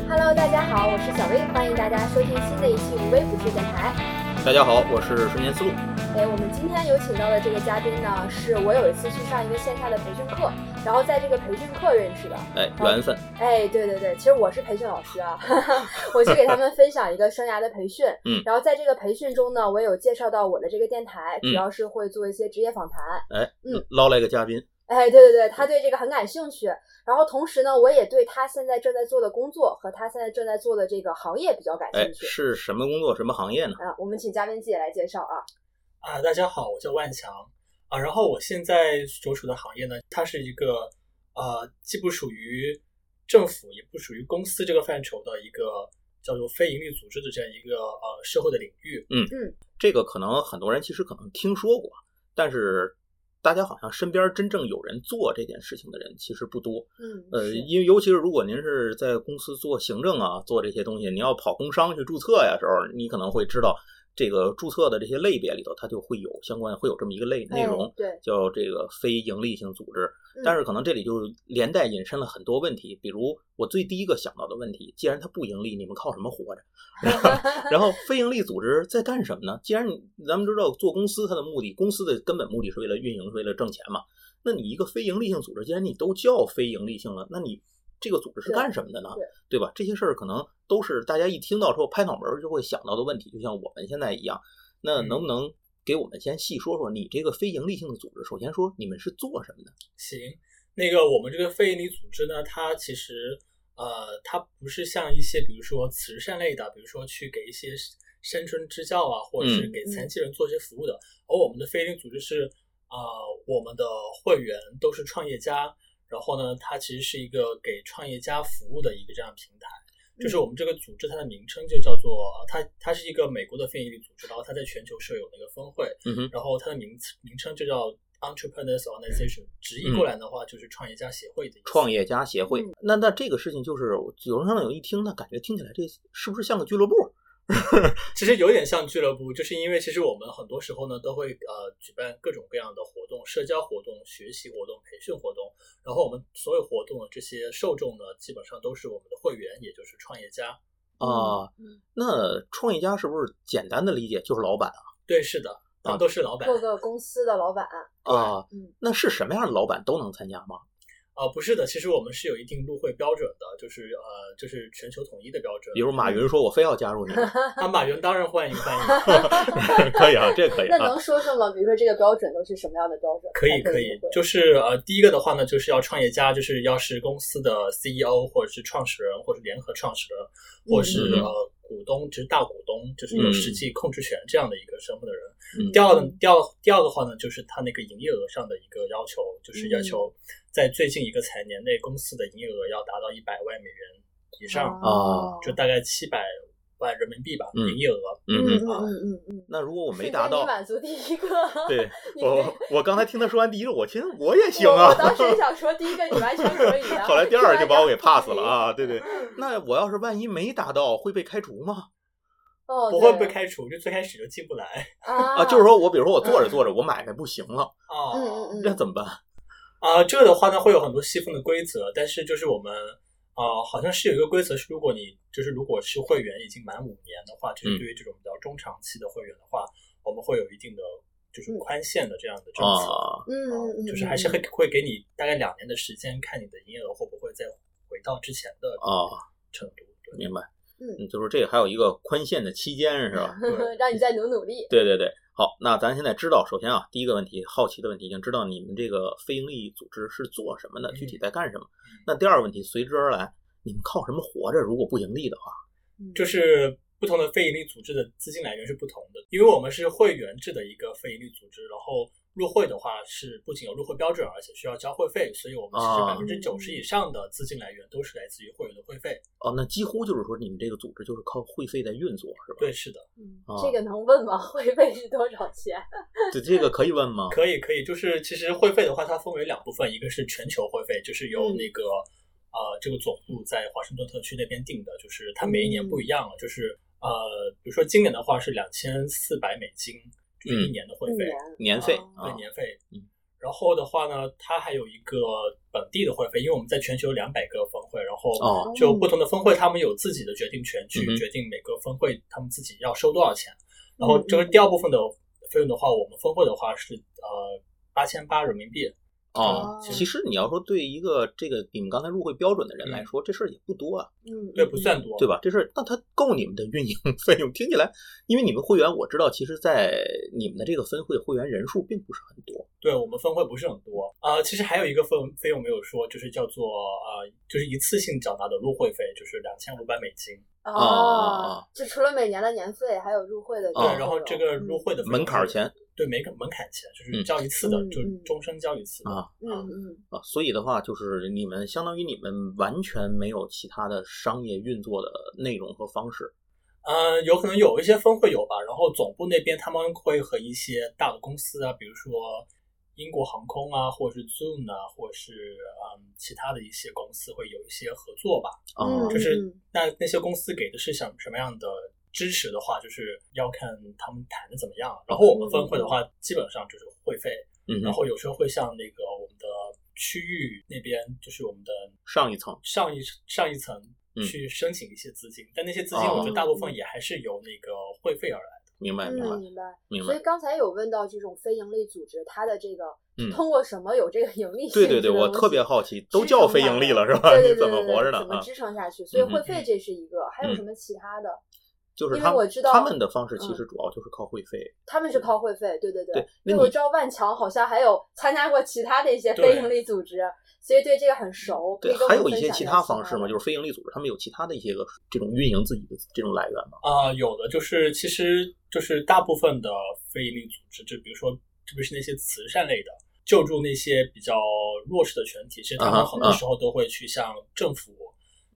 好，我是小薇，欢迎大家收听新的一期无微不至电台。大家好，我是瞬间思路。哎，我们今天有请到的这个嘉宾呢，是我有一次去上一个线下的培训课，然后在这个培训课认识的。哎，缘分。哎，对对对，其实我是培训老师啊， 我去给他们分享一个生涯的培训。 嗯然后在这个培训中呢，我有介绍到我的这个电台，嗯主要是会做一些职业访谈。哎，嗯捞来一个嘉宾。哎，对对对，他对这个很感兴趣。然后同时呢，我也对他现在正在做的工作和他现在正在做的这个行业比较感哎兴，趣。是什么工作，什么行业呢？啊，我们请嘉宾自己来介绍啊。啊，大家好，我叫万强啊，然后我现在所处的行业呢，它是一个呃，既不属于政府，也不属于公司这个范畴的一个叫做非营利组织的这样一个呃社会的领域。这个可能很多人其实可能听说过，但是大家好像身边真正有人做这件事情的人其实不多。嗯，呃，是因为尤其是如果您是在公司做行政啊，做这些东西，你要跑工商去注册呀时候，你可能会知道这个注册的这些类别里头，它就会有相关会有这么一个类内容哎，对，叫这个非盈利性组织。但是可能这里就连带引申了很多问题，比如我最第一个想到的问题，既然它不盈利，你们靠什么活着？然后， 然后非盈利组织在干什么呢？既然你咱们知道做公司它的目的，公司的根本目的是为了运营，是为了挣钱嘛。那你一个非盈利性组织，既然你都叫非盈利性了，那你这个组织是对干什么的呢？对对吧？这些事儿可能都是大家一听到之后拍脑门儿就会想到的问题，就像我们现在一样。那嗯能不能给我们先细说说你这个非盈利性的组织？首先说你们是做什么的？行，那个我们这个非营利组织呢，它其实呃，它不是像一些比如说慈善类的，比如说去给一些山村支教啊，或者是嗯给嗯残疾人做一些服务的。而我们的非营利组织是呃，我们的会员都是创业家，然后呢，它其实是一个给创业家服务的一个这样的平台。就是我们这个组织，它的名称就叫做呃它，它是一个美国的非营利组织，然后它在全球设有那个分会，嗯哼，然后它的名字名称就叫 Entrepreneurs Organization，直译过来的话就是创业家协会的意嗯思。创业家协会嗯。那那这个事情就是，有人可能有一听，那感觉听起来这是不是像个俱乐部？其实有点像俱乐部，就是因为其实我们很多时候呢都会呃举办各种各样的活动，社交活动、学习活动、培训活动，然后我们所有活动的这些受众呢，基本上都是我们的会员，也就是创业家。啊，嗯那创业家是不是简单的理解就是老板啊？对，是的，他们都是老板各个公司的老板，啊嗯，那是什么样的老板都能参加吗？啊、不是的，其实我们是有一定入会标准的，就是呃，就是全球统一的标准。比如马嗯云说我非要加 入你们，啊，马云当然欢迎欢迎。可以啊，这可以那啊。能说说吗？比如说这个标准都是什么样的标准？可以还可会以不会，就是呃，第一个的话呢，就是要创业家，就是要是公司的 CEO 或者是创始人，或者联合创始人，或者是、嗯嗯呃股东，就是大股东，就是有嗯实际控制权这样的一个身份的人。嗯第二呢，第二第二个话呢，就是他那个营业额上的一个要求，就是要求在最近一个财年内，公司的营业额要达到一百万美元以上，哦啊就大概七百万人民币吧，嗯营业额。啊嗯嗯嗯嗯，嗯嗯嗯，那如果我我没达到，满足第一个， 对 你可以我我刚才听他说完第一个，我听我也行我啊我。当时也想说第一个你完全可以啊嗯的， 后来第二就把 我给 pass 了啊，对对。对。那我要是万一没达到，会被开除吗？哦，不会对被开除，就最开始就进不来啊啊，就是，说我比如说我做着做着，我买卖不行了，啊。嗯嗯 嗯，那怎么办？啊、这个的话呢，会有很多细分的规则，但是就是我们啊、呃好像是有一个规则是，如果你就是如果是会员已经满五年的话，就是嗯对于这种比较中长期的会员的话，我们会有一定的就是宽限的这样的政策，啊，嗯啊嗯嗯，就是还 是会会给你大概两年的时间，看你的营业额会不会再回到之前的哦程度。对明白。嗯嗯，就是这个还有一个宽限的期间是吧？对让你再努努力，对对对，好，那咱现在知道，首先啊，第一个问题，好奇的问题，已经知道你们这个非盈利组织是做什么的，嗯具体在干什么。那第二个问题随之而来，你们靠什么活着？如果不盈利的话，就是不同的非盈利组织的资金来源是不同的，因为我们是会员制的一个非盈利组织，然后入会的话是不仅有入会标准，而且需要交会费，所以我们其实啊百分之九十以上的资金来源都是来自于会员的会费。哦，那几乎就是说你们这个组织就是靠会费在运作是吧？对，是的，嗯啊这个能问吗？ 会费是多少钱？对，这个可以问吗？可以可以，就是其实会费的话，它分为两部分，一个是全球会费，就是由嗯那个、呃这个总部在华盛顿特区那边定的，就是它每一年不一样了，就是呃比如说今年的话是两千四百美金，就是一嗯年的会费。年年费对啊，年费。嗯然后的话呢，它还有一个本地的会费，因为我们在全球有两百个分会，然后哦，嗯就不同的分会他们有自己的决定权，去嗯哼嗯决定每个分会他们自己要收多少钱。然后这个第二部分的费用的话，我们分会的话是呃八千八人民币，哦哦，其实你要说对一个这个你们刚才入会标准的人嗯来说，这事儿也不多啊，嗯，对，不算嗯多，对吧？这事儿那它够你们的运营 费用，听起来，因为你们会员我知道，其实，在你们的这个分会会员人数并不是很多，对我们分会不是很多，呃，其实还有一个费用费用没有说，就是叫做呃，就是一次性缴纳的入会费，就是两千五百美金。啊哦，就除了每年的年费，还有入会的这哦种，对，然后这个入会的费用门槛儿钱对门槛门槛钱，就嗯是交一次的，嗯就嗯终身交一次的。啊嗯嗯啊，所以的话就是你们相当于你们完全没有其他的商业运作的内容和方式呃，有可能有一些分会有吧，然后总部那边他们会和一些大的公司啊，比如说英国航空啊，或者是 Zoom 啊，或者是嗯其他的一些公司会有一些合作吧。啊，嗯，哦就这是嗯那那些公司给的是想什么样的支持的话，就是要看他们谈的怎么样。然后我们分会的嗯话，基本上就是会费，嗯哼，然后有时候会向那个我们的区域那边，就是我们的上一层上一上一层嗯去申请一些资金，但那些资金哦我觉得大部分也还是由那个会费而来。明白嗯明白明白。明所以白，刚才有问到这种非盈利组织，它的这个嗯通过什么有这个盈利性对质的东西？对对，我特别好奇，都支叫撑非它盈的利了是吧？对对你对怎么对活着对呢怎么啊？支撑下去？所以嗯嗯会费这是一个，还有嗯什么其他的？就是因为他我们知道他们的方式其嗯实主要就是靠会费，他们是靠会费，对对对。对那因为我你知道万强好像还有参加过其他的一些非对盈利组织，所以对这个很熟。可对以跟，我还们有一分些享其下他方式的嘛，就是非盈利组织，他们有其他的一些个这种运营自己的这种来源嘛。啊、有的就是其实就是大部分的非营利组织，就比如说特别是那些慈善类的，救助那些比较弱势的群体，其实他啊哈们很多啊时候都会去向政府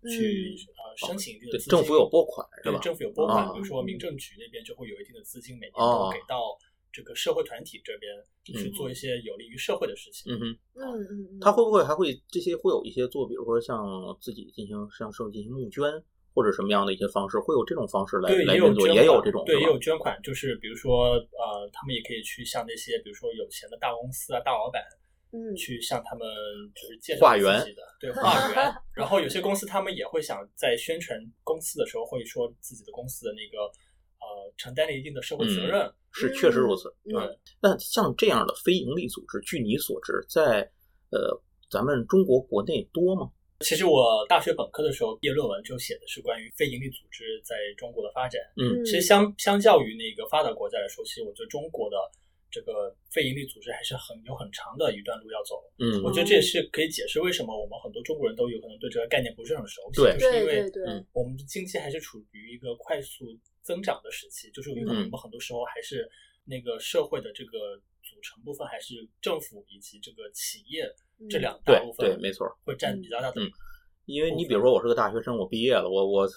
去、哦呃申请一定对，的资金，政府有拨款是对吧？政府有拨款，啊比如说民政局那边就会有一定的资金，每年都哦给到这个社会团体这边去嗯做一些有利于社会的事情。嗯哼，嗯嗯嗯，他会不会还会这些会有一些做，比如说像自己进行向社会进行募捐，或者什么样的一些方式，会有这种方式来对，来也有运捐作，款，也有这种对，是也吧有捐款，就是比如说呃，他们也可以去向那些比如说有钱的大公司啊、大老板，嗯去向他们就是介化绍缘自己的，对化 缘。然后有些公司他们也会想在宣传公司的时候，会说自己的公司的那个呃承担了一定的社会嗯责任。是确实如此。嗯对嗯，那像这样的非盈利组织，据你所知，在呃咱们中国国内多吗？其实我大学本科的时候毕业论文就写的是关于非营利组织在中国的发展。嗯其实相相较于那个发达国家来说，其实我觉得中国的这个非营利组织还是很有很长的一段路要走。嗯我觉得这也是可以解释为什么我们很多中国人都有可能对这个概念不是很熟悉，对就是对因对为对， 嗯我们的经济还是处于一个快速增长的时期，就是有可能嗯我们很多时候还是那个社会的这个组成部分还是政府以及这个企业嗯这两大对部分对，没错。会占比较大的嗯因为你比如说我是个大学生，我毕业了，我我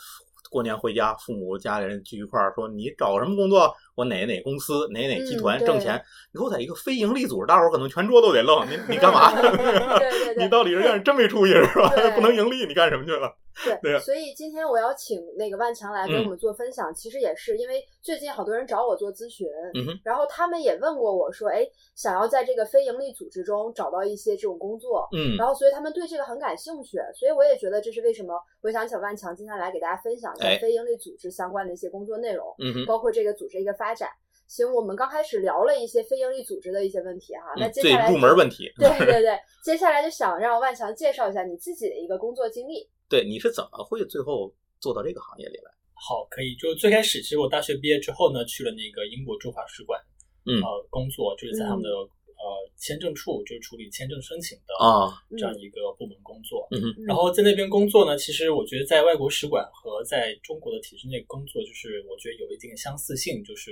过年回家，父母家里人聚一块儿说你找什么工作？我哪哪公司哪哪集嗯团对挣钱？你说我在一个非盈利组织，大伙儿可能全桌都得 愣，你你干嘛？对对对， 你到底是干真没出息是吧 对？不能盈利，你干什么去了？ 对啊嗯所以今天我要请那个万强来给我们做分享，其实也是因为最近好多人找我做咨询，嗯哼然后他们也问过我说，哎，想要在这个非盈利组织中找到一些这种工作，嗯，然后所以他们对这个很感兴趣，所以我也觉得这是为什么我想请万强今天来给大家分享一哎下非盈利组织相关的一些工作内容，嗯哼，包括这个组织一个发展。行，我们刚开始聊了一些非盈利组织的一些问题哈，那嗯接这下来入门问 题，对对对，接下来就想让万强介绍一下你自己的一个工作经 历。对，你是怎么会最后做到这个行业里啊来？好，可以。就最开始，其实我大学毕业之后呢，去了那个英国驻华使馆，嗯呃，工作就是在嗯他们的、呃签证处，就是处理签证申请的啊，嗯这样一个部门工作。嗯哼，嗯然后在那边工作呢，其实我觉得在外国使馆和在中国的体制内工作，就是我觉得有一定相似性，就是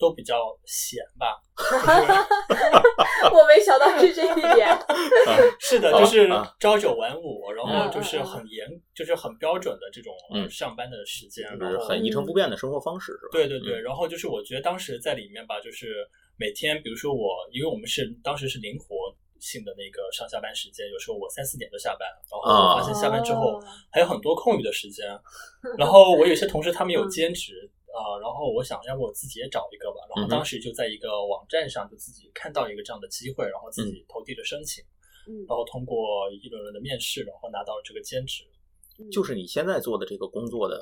都比较闲吧。我没想到是这一 点。啊是的，啊就是啊朝九晚五，然后嗯就是嗯很严，就是很标准的这种嗯上班的时间，就然是后很一成不变的生活方式是吧？对对对，然后就是我觉得当时在里面吧，就是每天，比如说我，因为我们是当时是灵活性的那个上下班时间，有时候我三四点就下班，然后啊我发现下班之后哦还有很多空余的时间，然后我有些同事他们有兼职，呃，然后我想要不我自己也找一个吧，然嗯哼后当时就在一个网站上就自己看到一个这样的机会，然后自己投递了申请，嗯，哦然后通过一轮轮的面试，然后拿到了这个兼职。嗯就是你现在做的这个工作的，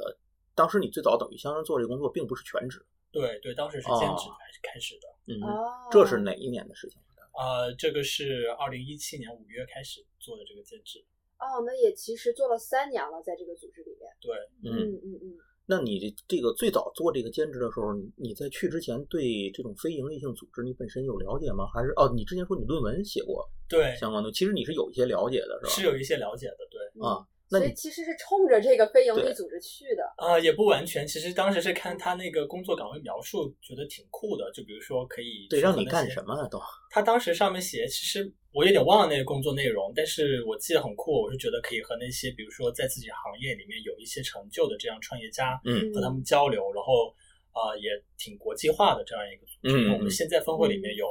当时你最早等于相当于做这个工作并不是全职，对对，当时是兼职哦开始开始的，嗯，哦，这是哪一年的事情？呃，这个是二零一七年五月开始做的这个兼职。哦，那也其实做了三年了，在这个组织里面。对，嗯，嗯嗯，那你这个最早做这个兼职的时候，你你在去之前对这种非营利性组织你本身有了解吗？还是哦，你之前说你论文写过对，相关的，其实你是有一些了解的，是吧？是有一些了解的，对。嗯啊，那所以你其实是冲着这个非盈利对组织去的。啊、也不完全。其实当时是看他那个工作岗位描述，觉得挺酷的。就比如说，可以对去让和你那干些什么啊都？他当时上面写，其实我有点忘了那个工作内容，但是我记得很酷。我是觉得可以和那些，比如说在自己行业里面有一些成就的这样创业家，嗯和他们交流，然后啊、呃也挺国际化的这样一个组织。嗯我们嗯现在分会里面有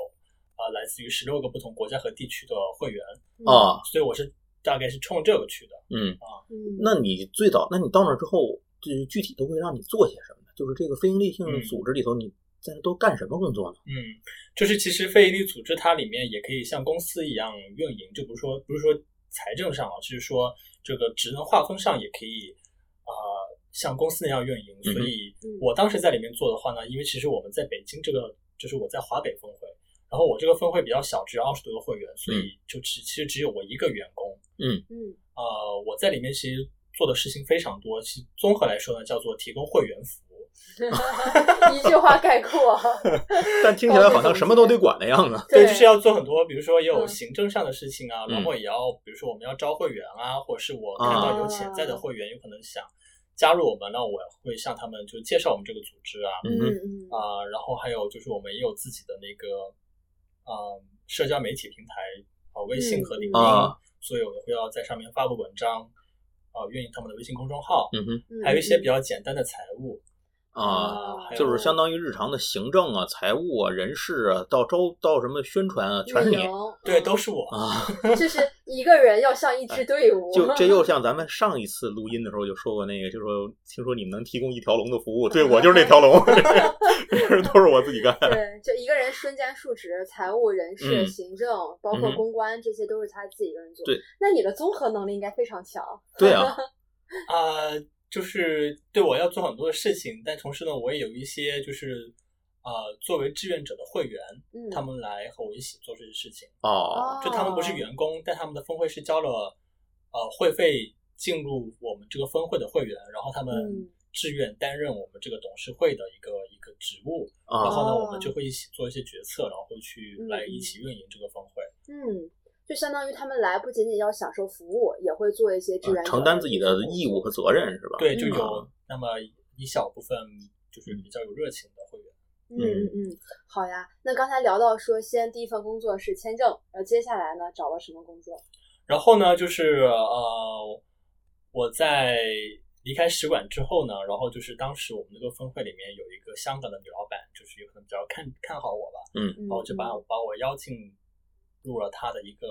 啊、呃来自于十六个不同国家和地区的会员，啊，所以我是大概是冲这个去的。嗯，嗯，那你最早，那你到那之后，就是具体都会让你做些什么呢？就是这个非营利性嗯组织里头，你在那都干什么工作呢？嗯，就是其实非营利组织它里面也可以像公司一样运营，就不是说不是说财政上啊，就是说这个职能划分上也可以啊、呃像公司那样运营。所以嗯我当时在里面做的话呢，因为其实我们在北京这个就是我在华北分会，然后我这个分会比较小，只有二十多个会员，所以就只其实只有我一个员工。嗯呃，我在里面其实做的事情非常多，其实综合来说呢，叫做提供会员服务。嗯 一句话概括， 但听起来好像什么都得管的样子。对，就是要做很多，比如说也有嗯行政上的事情啊，嗯然后也要，比如说我们要招会员啊，或者是我看到有潜啊在的会员有可能想加入我们，那我会向他们就介绍我们这个组织啊，嗯 嗯嗯啊、然后还有就是我们也有自己的那个，呃，社交媒体平台啊、微信和嗯领嗯英，啊所以我们会要在上面发布文章，啊、运营他们的微信公众号，嗯哼嗯，哦还有一些比较简单的财务啊，还有就是相当于日常的行政啊、财务啊、人事啊，到招到什么宣传啊，全是运你营，对，都是我，啊。就是一个人要像一支队伍，哎就这又像咱们上一次录音的时候就说过那个，就说听说你们能提供一条龙的服务，对我就是那条龙，都是我自己干。对，就一个人身兼数职，财务、人事、嗯行政，包嗯括哼公关，这些都是他自己一个人做。对，那你的综合能力应该非常强。对 啊，啊、就是对我要做很多的事情，但同时呢，我也有一些就是呃，作为志愿者的会员，嗯，他们来和我一起做这些事情。哦，就他们不是哦员工，但他们的分会是交了呃会费进入我们这个分会的会员，然后他们嗯志愿担任我们这个董事会的一个一个职务，然啊，后呢，哦我们就会一起做一些决策，然后会去嗯来一起运营这个分会。嗯，就相当于他们来不仅仅要享受服务，也会做一些志愿者、啊承担自己的义务和责任是吧？对，就嗯有那么一小部分就是比较有热情的会员。嗯嗯嗯，好呀。那刚才聊到说，先第一份工作是签证，然后接下来呢，找了什么工作？然后呢，就是呃，我在离开使馆之后呢，然后就是当时我们那个分会里面有一个香港的女老板，就是有可能比较看看好我吧，嗯然哦后就把嗯我把我邀进入了她的一个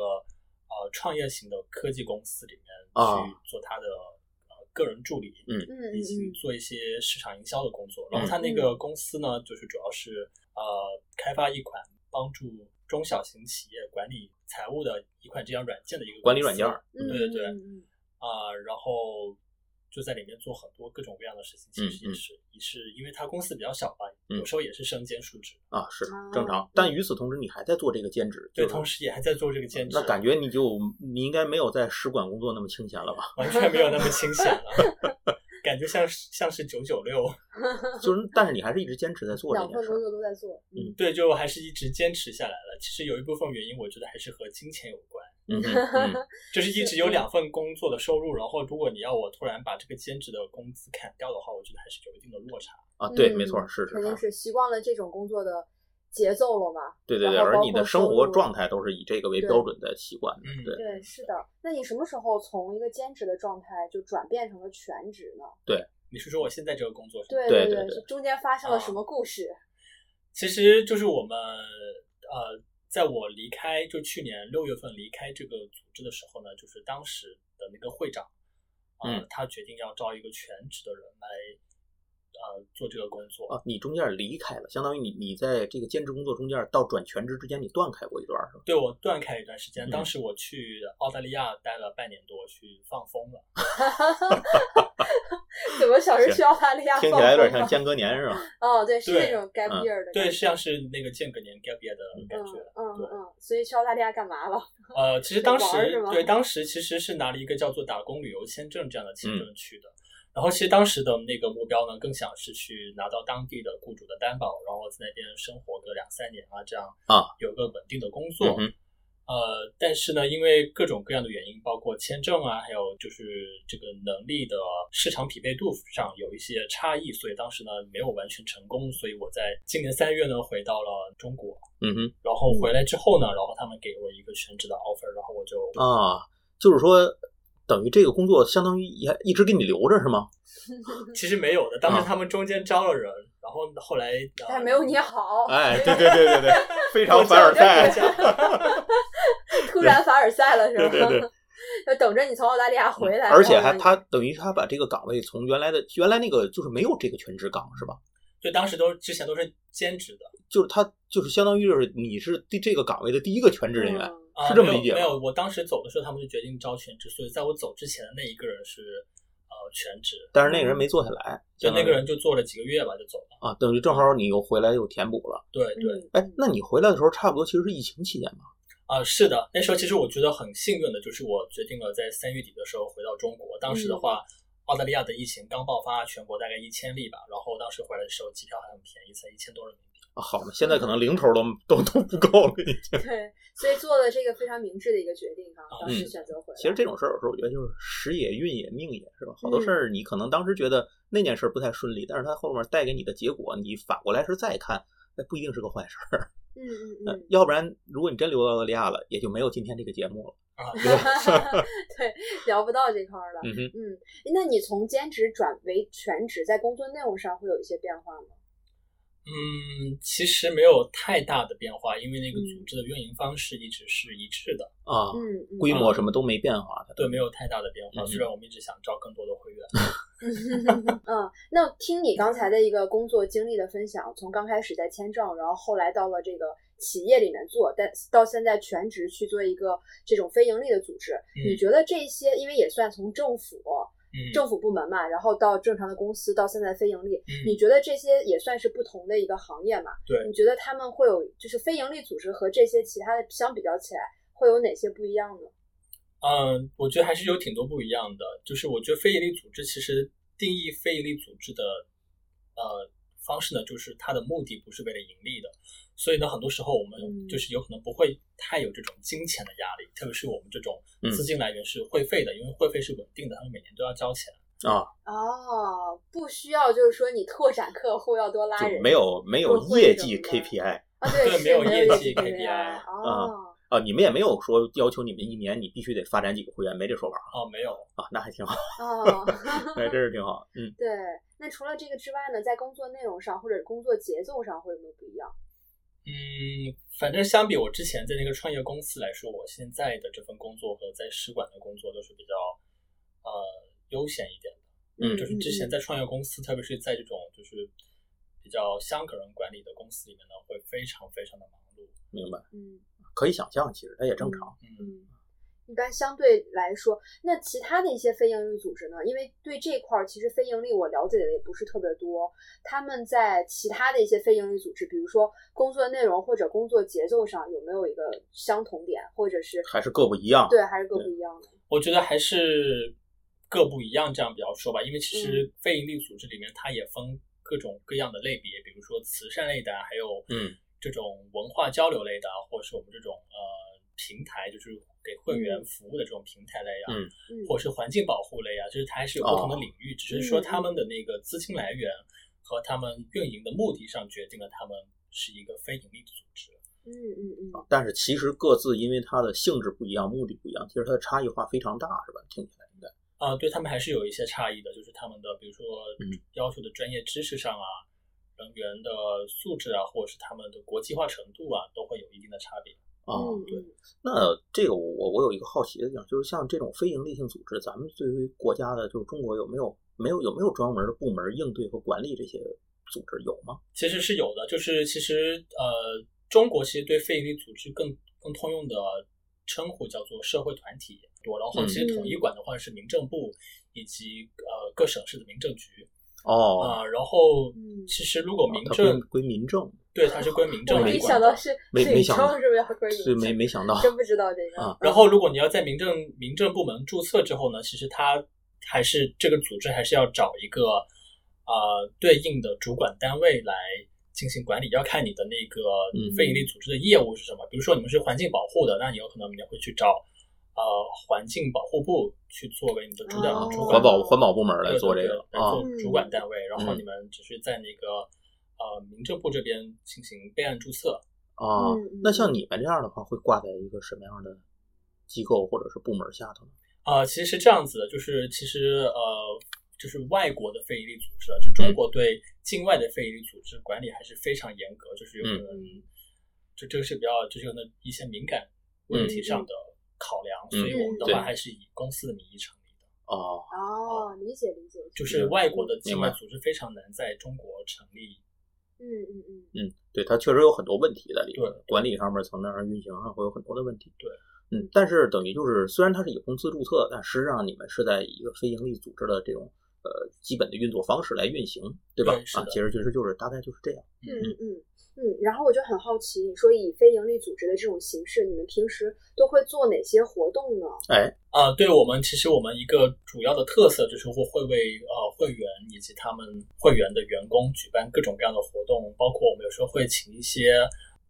呃创业型的科技公司里面啊去做她的、呃个人助理，嗯以及嗯做一些市场营销的工作。然嗯后他那个公司呢，就是主要是呃开发一款帮助中小型企业管理财务的一款这样软件的一个管理软件公司儿嗯，对对对嗯嗯啊、然后就在里面做很多各种各样的事情，其嗯实也嗯是、也是因为它公司比较小吧，嗯有时候也是身兼数职，啊，是哦正常。但与此同时，你还在做这个兼职，对，就是同时也还在做这个兼嗯职，那感觉你就你应该没有在使馆工作那么清 闲了吧？完全没有那么清闲了， 感觉像是像是九九六， 就是，但是你还是一直坚持在嗯做这两件份事工儿。作都在做。嗯对，就还是一直坚持下来了。其实有一部分原因，我觉得还是和金钱有关。嗯 哼嗯就是一直有两份工作的收入，然后如果你要我突然把这个兼职的工资砍掉的话，我觉得还是有一定的落差。啊，对，嗯没错，是肯定是是是，习惯了这种工作的节奏了嘛。对对对，然后而包你的括生收活入状态都是以这个为对标准在习惯的，嗯对对，是的。那你什么时候从一个兼职的状态就转变成了全职呢？你是说我现在这个工作是吗？对对对对啊对就中间发生了什么故事？ 其实就是我们呃，在我离开就去年六月份离开这个组织的时候呢，就是当时的那个会长，呃，嗯他决定要招一个全职的人来呃呃做这个工作。啊，你中间离开了，相当于你你在这个兼职工作中间到转全职之间，你断开过一段儿是吧？对我断开一段时间，嗯当时我去澳大利亚待了半年多，去放风了。怎么小时候去澳大利亚听放起来有点风像了？间隔年是吧？哦，对，是那对种 gap 嗯 year 的感对，觉，像是那个间隔年 gap year 的感嗯觉。嗯对嗯，所以去澳大利亚干嘛了？ 呃，其实当玩儿是时吗对当时其实是拿了一个叫做打工旅游签证这样的嗯签证去的。然后其实当时的那个目标呢，更想是去拿到当地的雇主的担保，然后在那边生活个两三年啊，这样啊有个稳定的工作。嗯哼，呃，但是呢，因为各种各样的原因，包括签证啊，还有就是这个能力的市场匹配度上有一些差异，所以当时呢没有完全成功。所以我在今年三月呢回到了中国，嗯哼。然后回来之后呢，然后他们给我一个全职的 offer，然后我就啊，就是说，等于这个工作相当于也一直给你留着是吗？其实没有的，当啊时他们中间招了人，然后后来呃但是没有你好， 哎，对对对对对，非我常凡尔赛。叫我叫突然凡尔赛了是吧？对 对对要等着你从澳大利亚回来，而且然后还呢他等于他把这个岗位从原来的原来那个就是没有这个全职岗是吧？对，当时都是之前都是兼职的，就是他就是相当于就是你是第这个岗位的第一个全职人员，嗯啊是这么没有理解没吗有，我当时走的时候，他们就决定招全职，所以在我走之前的那一个人是呃全职，但是那个人没做下来，就相当那于个人就做了几个月吧，就走了。啊，等于正好你又回来又填补了。对对，嗯哎，那你回来的时候差不多其实是疫情期间吧？啊、是的，那时候其实我觉得很幸运的，就是我决定了在三月底的时候回到中国。当时的嗯话，澳大利亚的疫情刚爆发，全国大概一千例吧。然后当时回来的时候，机票还很便宜，才一千多人民币。啊，好嘛，现在可能零头都都都不够了已经。对，所以做了这个非常明智的一个决定哦哈，当时嗯选择回来。其实这种事儿，有时候我觉得就是时也、运也、命也，是吧？好嗯多事儿你可能当时觉得那件事儿不太顺利，但是它后面带给你的结果，你反过来是再看，那不一定是个坏事儿。嗯嗯 呃嗯，要不然，如果你真留到澳大利亚了，也就没有今天这个节目了。啊， 对，聊不到这块儿了。嗯哼，嗯，那你从兼职转为全职，在工作内容上会有一些变化吗？嗯，其实没有太大的变化，因为那个组嗯织的运营方式一直是一致的，啊，嗯，嗯规模什么都没变化的。对，没有太大的变化。嗯虽然我们一直想招更多的会员， 嗯，那听你刚才的一个工作经历的分享，从刚开始在签证，然后后来到了这个企业里面做，但到现在全职去做一个这种非盈利的组织，你嗯觉得这些，因为也算从政府嗯，政府部门嘛，然后到正常的公司，到现在非盈利，嗯你觉得这些也算是不同的一个行业嘛？对你觉得他们会有就是非盈利组织和这些其他的相比较起来，会有哪些不一样呢？嗯，我觉得还是有挺多不一样的。就是我觉得非营利组织其实定义非营利组织的呃方式呢，就是它的目的不是为了盈利的，所以呢，很多时候我嗯们就是有可能不会太有这种金钱的压力，特别是我们这种嗯资金来源是会费的，因为会费是稳定的，他们每年都要交钱。啊，哦，不需要，就是说你拓展客户要多拉就人，没有没有会会业这绩种的 KPI 啊，对，对是没有业绩绩 KPI 哦，啊，你们也没有说要求你们一年你必须得发展几个会员，没这说法哦，没有，啊，那还 挺好，哦，哎，真是挺好。嗯，对。那除了这个之外呢，在工作内容上或者工作节奏上会有没有不一样？嗯，反正相比我之前在那个创业公司来说，我现在的这份工作和在使馆的工作都是比较呃悠闲一点的。嗯就是之前嗯在创业公司，特别是在这种就是比较香港人管理的公司里面呢，会非常非常的忙碌。明白，嗯可以想象，其实它也正常。嗯，嗯，一般相对来说，那其他的一些非盈利组织呢？因为对这块儿，其实非盈利我了解的也不是特别多。他们在其他的一些非盈利组织，比如说工作内容或者工作节奏上，有没有一个相同点，或者是还是各不一样，对还是各不一样的？我觉得还是各不一样，这样比较说吧。因为其实非营利组织里面，它也分各种各样的类别，比如说慈善类的啊，还有嗯这种文化交流类的啊，或者是我们这种呃平台，就是给会员服务的这种平台类啊，嗯嗯，或者是环境保护类啊，就是它还是有不同的哦领域，只是说嗯他们的那个资金来源和他们运营的目的上决定了他们是一个非盈利的组织。嗯嗯嗯，但是其实各自因为它的性质不一样，目的不一样，其实它的差异化非常大，是吧？听起来应该啊、对他们还是有一些差异的，就是他们的比如说嗯要求的专业知识上啊，人员的素质啊，或者是他们的国际化程度啊，都会有一定的差别。啊、嗯对。嗯那这个我我我有一个好奇的地方，就是像这种非营利性组织，咱们对于国家的，就是中国有没有没有有没有专门的部门应对和管理这些组织有吗？其实是有的，就是其实呃，中国其实对非营利组织更更通用的称呼叫做社会团体多，然后其嗯实统一管的话是民政部以及呃各省市的民政局哦，啊、然后嗯其实如果民它政归归民政，对它是归民政我来一管想的到。是没没水想城到是不是要归所以没没想到真不知道这个啊。然后，如果你要在民政民政部门注册之后呢，其实它还是这个组织还是要找一个呃对应的主管单位来进行管理，要看你的那个嗯非营利组织的业务是什么。比如说你们是环境保护的，那你有可能你会去找呃环境保护部去作为你的主导、哦主啊环管保环保部门对来做这对个对啊来，做主管单位，然后嗯你们只是在那个呃民政部这边进行备案注册。啊嗯嗯，那像你们这样的话，会挂在一个什么样的机构或者是部门下头呢？啊，其实是这样子的，就是其实呃，就是外国的非营利组织，啊，就嗯中国对境外的非营利组织管理还是非常严格，就是有嗯可能，就这个是比较，就是有那一些敏感问题上的考量，所以我们嗯的话对还是以公司的名义成立的。哦，哦，理解理解，就是外国的境外明白组织非常难在中国成立，嗯嗯嗯。嗯，对，它确实有很多问题在里面对，管理上面层面上运行上会有很多的问题。对，嗯，但是等于就是，虽然它是以公司注册，但实际上你们是在以一个非盈利组织的这种呃基本的运作方式来运行，对吧对？是啊，的其实其实就是大概就是这样。嗯嗯嗯，然后我就很好奇，你说以非盈利组织的这种形式，你们平时都会做哪些活动呢？哎，呃，对我们其实我们一个主要的特色就是会会为呃会员以及他们会员的员工举办各种各样的活动，包括我们有时候会请一些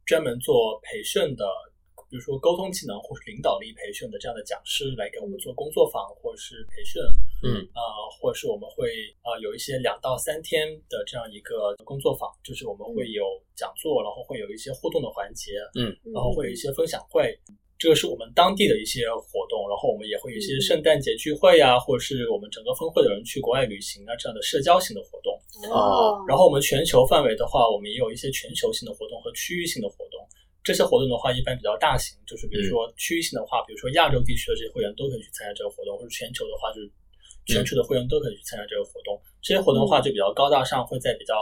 专门做培训的，比如说沟通技能或是领导力培训的这样的讲师来给我们做工作坊或是培训，嗯呃，或是我们会呃有一些两到三天的这样一个工作坊，就是我们会有讲座，然后会有一些互动的环节，嗯然后会有一些分享会，这个是我们当地的一些活动，然后我们也会有一些嗯圣诞节聚会呀、或者是我们整个分会的人去国外旅行啊这样的社交型的活动。啊哦，啊然后我们全球范围的话，我们也有一些全球性的活动和区域性的活动。这些活动的话，一般比较大型，就是比如嗯说区域性的话，比如说亚洲地区的这些会员都可以去参加这个活动，或者全球的话，就是嗯全球的会员都可以去参加这个活动。这些活动嗯的话就比较高大上，会在比较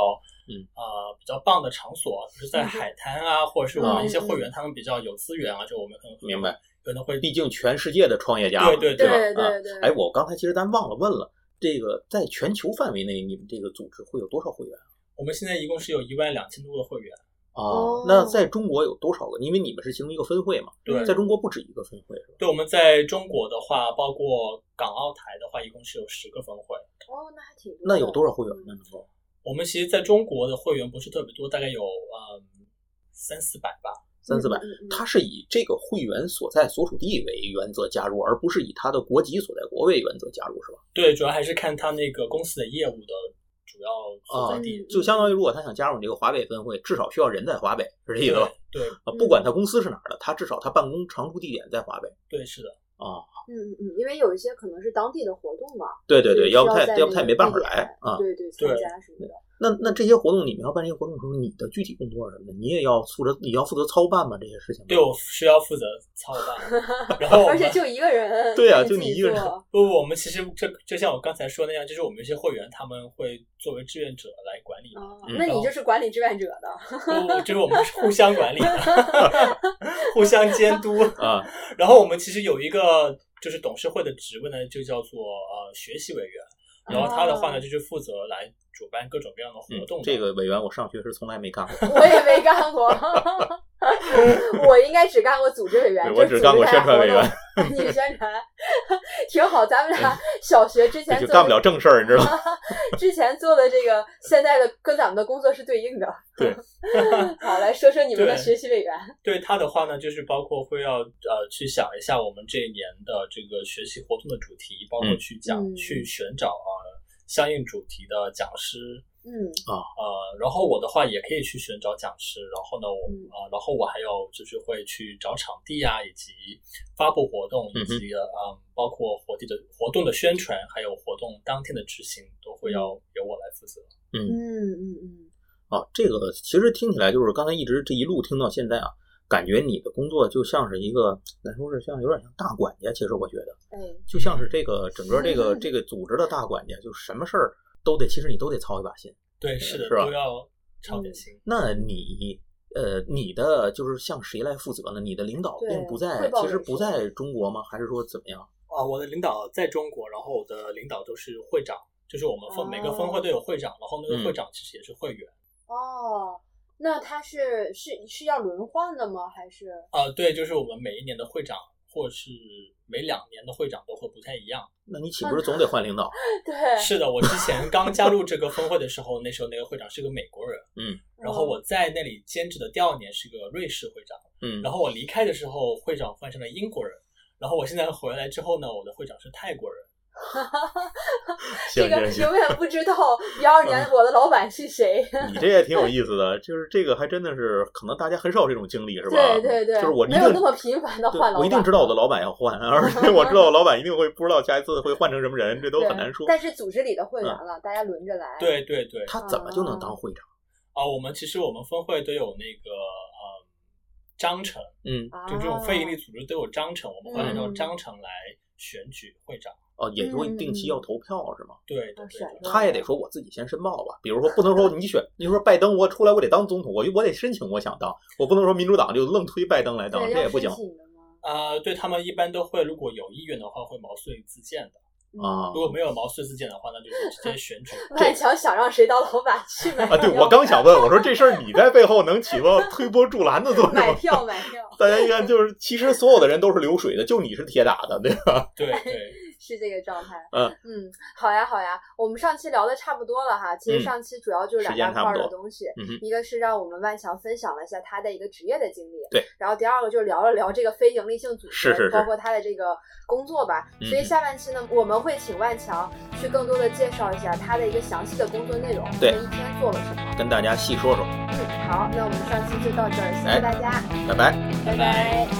嗯呃比较棒的场所，就是嗯在海滩啊，或者是我们一些会员他们比较有资源啊，就我们可能嗯明白，可能会毕竟全世界的创业家嘛，对对对吧？对啊对对，哎，我刚才其实咱忘了问了，这个在全球范围内，你们这个组织会有多少会员？啊我们现在一共是有一万两千多个会员，哦啊那在中国有多少个？因为你们是其中一个分会嘛，对在中国不止一个分会是吧？对，我们在中国的话，包括港澳台的话，一共是有十个分会。哦，那还挺嗯多的。那有多少会员呢？能够？我们其实在中国的会员不是特别多，大概有嗯三四百吧。三四百嗯嗯嗯，它是以这个会员所在所属地为原则加入，而不是以他的国籍所在国为原则加入，是吧？对，主要还是看他那个公司的业务的主要所在地。嗯就相当于如果他想加入你这个华北分会，至少需要人在华北，是这意思吧？对啊，不嗯管他公司是哪儿的，他至少他办公常驻地点在华北对，是的，嗯啊。嗯嗯，因为有一些可能是当地的活动嘛，对对所对，以要不需太在要不那太个没办地法点来啊。对对，参加什么的。那那这些活动，你们要办这些活动的时候，你的具体工作是什么？你也要负责，你要负责操办吗？这些事情吗？对我是要负责操 办。然后我而们且就一个人，哦对啊自己就你一个人做不，我们其实这就像我刚才说那样，就是我们有些会员他们会作为志愿者来管理嘛，哦嗯，那你就是管理志愿者的，不，就是我们是互相管理的， 互相监督。啊， 然后我们其实有一个就是董事会的职位呢，就叫做呃学习委员。然后他的话呢，哦就是负责来主办各种各样的活嗯动的、这个委员我上学是从来没干 过，我也没干 过，我应该只干过组织委员，对就我是只干过组织大家宣传委员活嗯动。你宣传挺好，咱们俩小学之前就做干不的了正事儿，你知 道吗？之前做的这个，现在的跟咱们的工作是对应的。对， 好，来说说你们的对学习委员。对他的话呢，就是包括会要呃去想一下我们这一年的这个学习活动的主题，包括嗯去讲、嗯去寻找啊、呃相应主题的讲师，嗯呃，然后我的话也可以去寻找讲师，然后呢，我嗯啊、然后我还有就是会去找场地啊，以及发布活动，以嗯哼及嗯、呃包括活地的活动的宣传，还有活动当天的执行，都会要由我来负责。嗯嗯嗯啊，这个其实听起来就是刚才一直这一路听到现在啊，感觉你的工作就像是一个，咱说是像有点像大管家，其实我觉得哎，就像是这个整个这个这个组织的大管家，就什么事儿都得，其实你都得操一把心。对，是的，是吧都要操点心。那你呃，你的就是向谁来负责呢？你的领导对并汇不在，报其实人是不在中国吗？还是说怎么样？啊，我的领导在中国，然后我的领导都是会长，就是我们分、每个分会都有会长，然后那个会长其实也是会员。哦，那他是是是要轮换的吗？还是啊，对，就是我们每一年的会长或是每两年的会长都会不太一样。那你岂不是总得换 领导？对？是的，我之前刚加入这个分会的时候，那时候那个会长是个美国人，然后我在那里兼职的第二年是个瑞士会长，嗯，然后我离开的时候会长换成了英国人，然后我现在回来之后呢，我的会长是泰国人。这行个行行，永远不知道一二嗯年我的老板是谁。 你这也挺有意思的，就是这个还真的是，可能大家很少这种经历，是吧？ 对对对，就是我一没有定那么频繁的对换老板，我一定知道我的老板要换，而且我知道我老板一定会不知道下一次会换成什么人，这都对很难说。嗯但是组织里的会员了，大家轮着来。对对对，他怎么就能哦当会长？啊，我们其实我们分会都有那个呃章程，嗯，啊，就这种非营利组织都有章程，我们会按照嗯章程来选举会长。哦，也会定嗯期要投票是吗？对的啊对选的的，他也得说我自己先申报吧，比如说不能说你选，你说拜登我出来我得当总统，我我得申请我想当，我不能说民主党就愣推拜登来当，对这也不行要申请的吗？呃，对他们一般都会，如果有意愿的话，会毛遂自荐的；啊如果没有毛遂自荐的话，那就是直接选举。万强想让谁当老 板去买啊！对，票我刚想问，我说这事儿你在背后能起到推波助澜的作 用买吗？ 票买票大家一看就是，其实所有的人都是流水的，就你是铁打的，对吧？对对，是这个状态。嗯嗯，好呀好呀，我们上期聊的差不多了哈。其实嗯上期主要就是时两间大块差儿不的多东西，嗯哼一个是让我们万强分享了一下他的一个职业的经历，对，然后第二个就聊了聊这个非盈利性组织，是是是包括他的这个工作吧。嗯所以下半期呢，我们会请万强去更多的介绍一下他的一个详细的工作内容，对他一天做了什么。跟大家细说说，嗯，好，那我们上期就到这儿，谢谢哎大家，拜拜。拜拜拜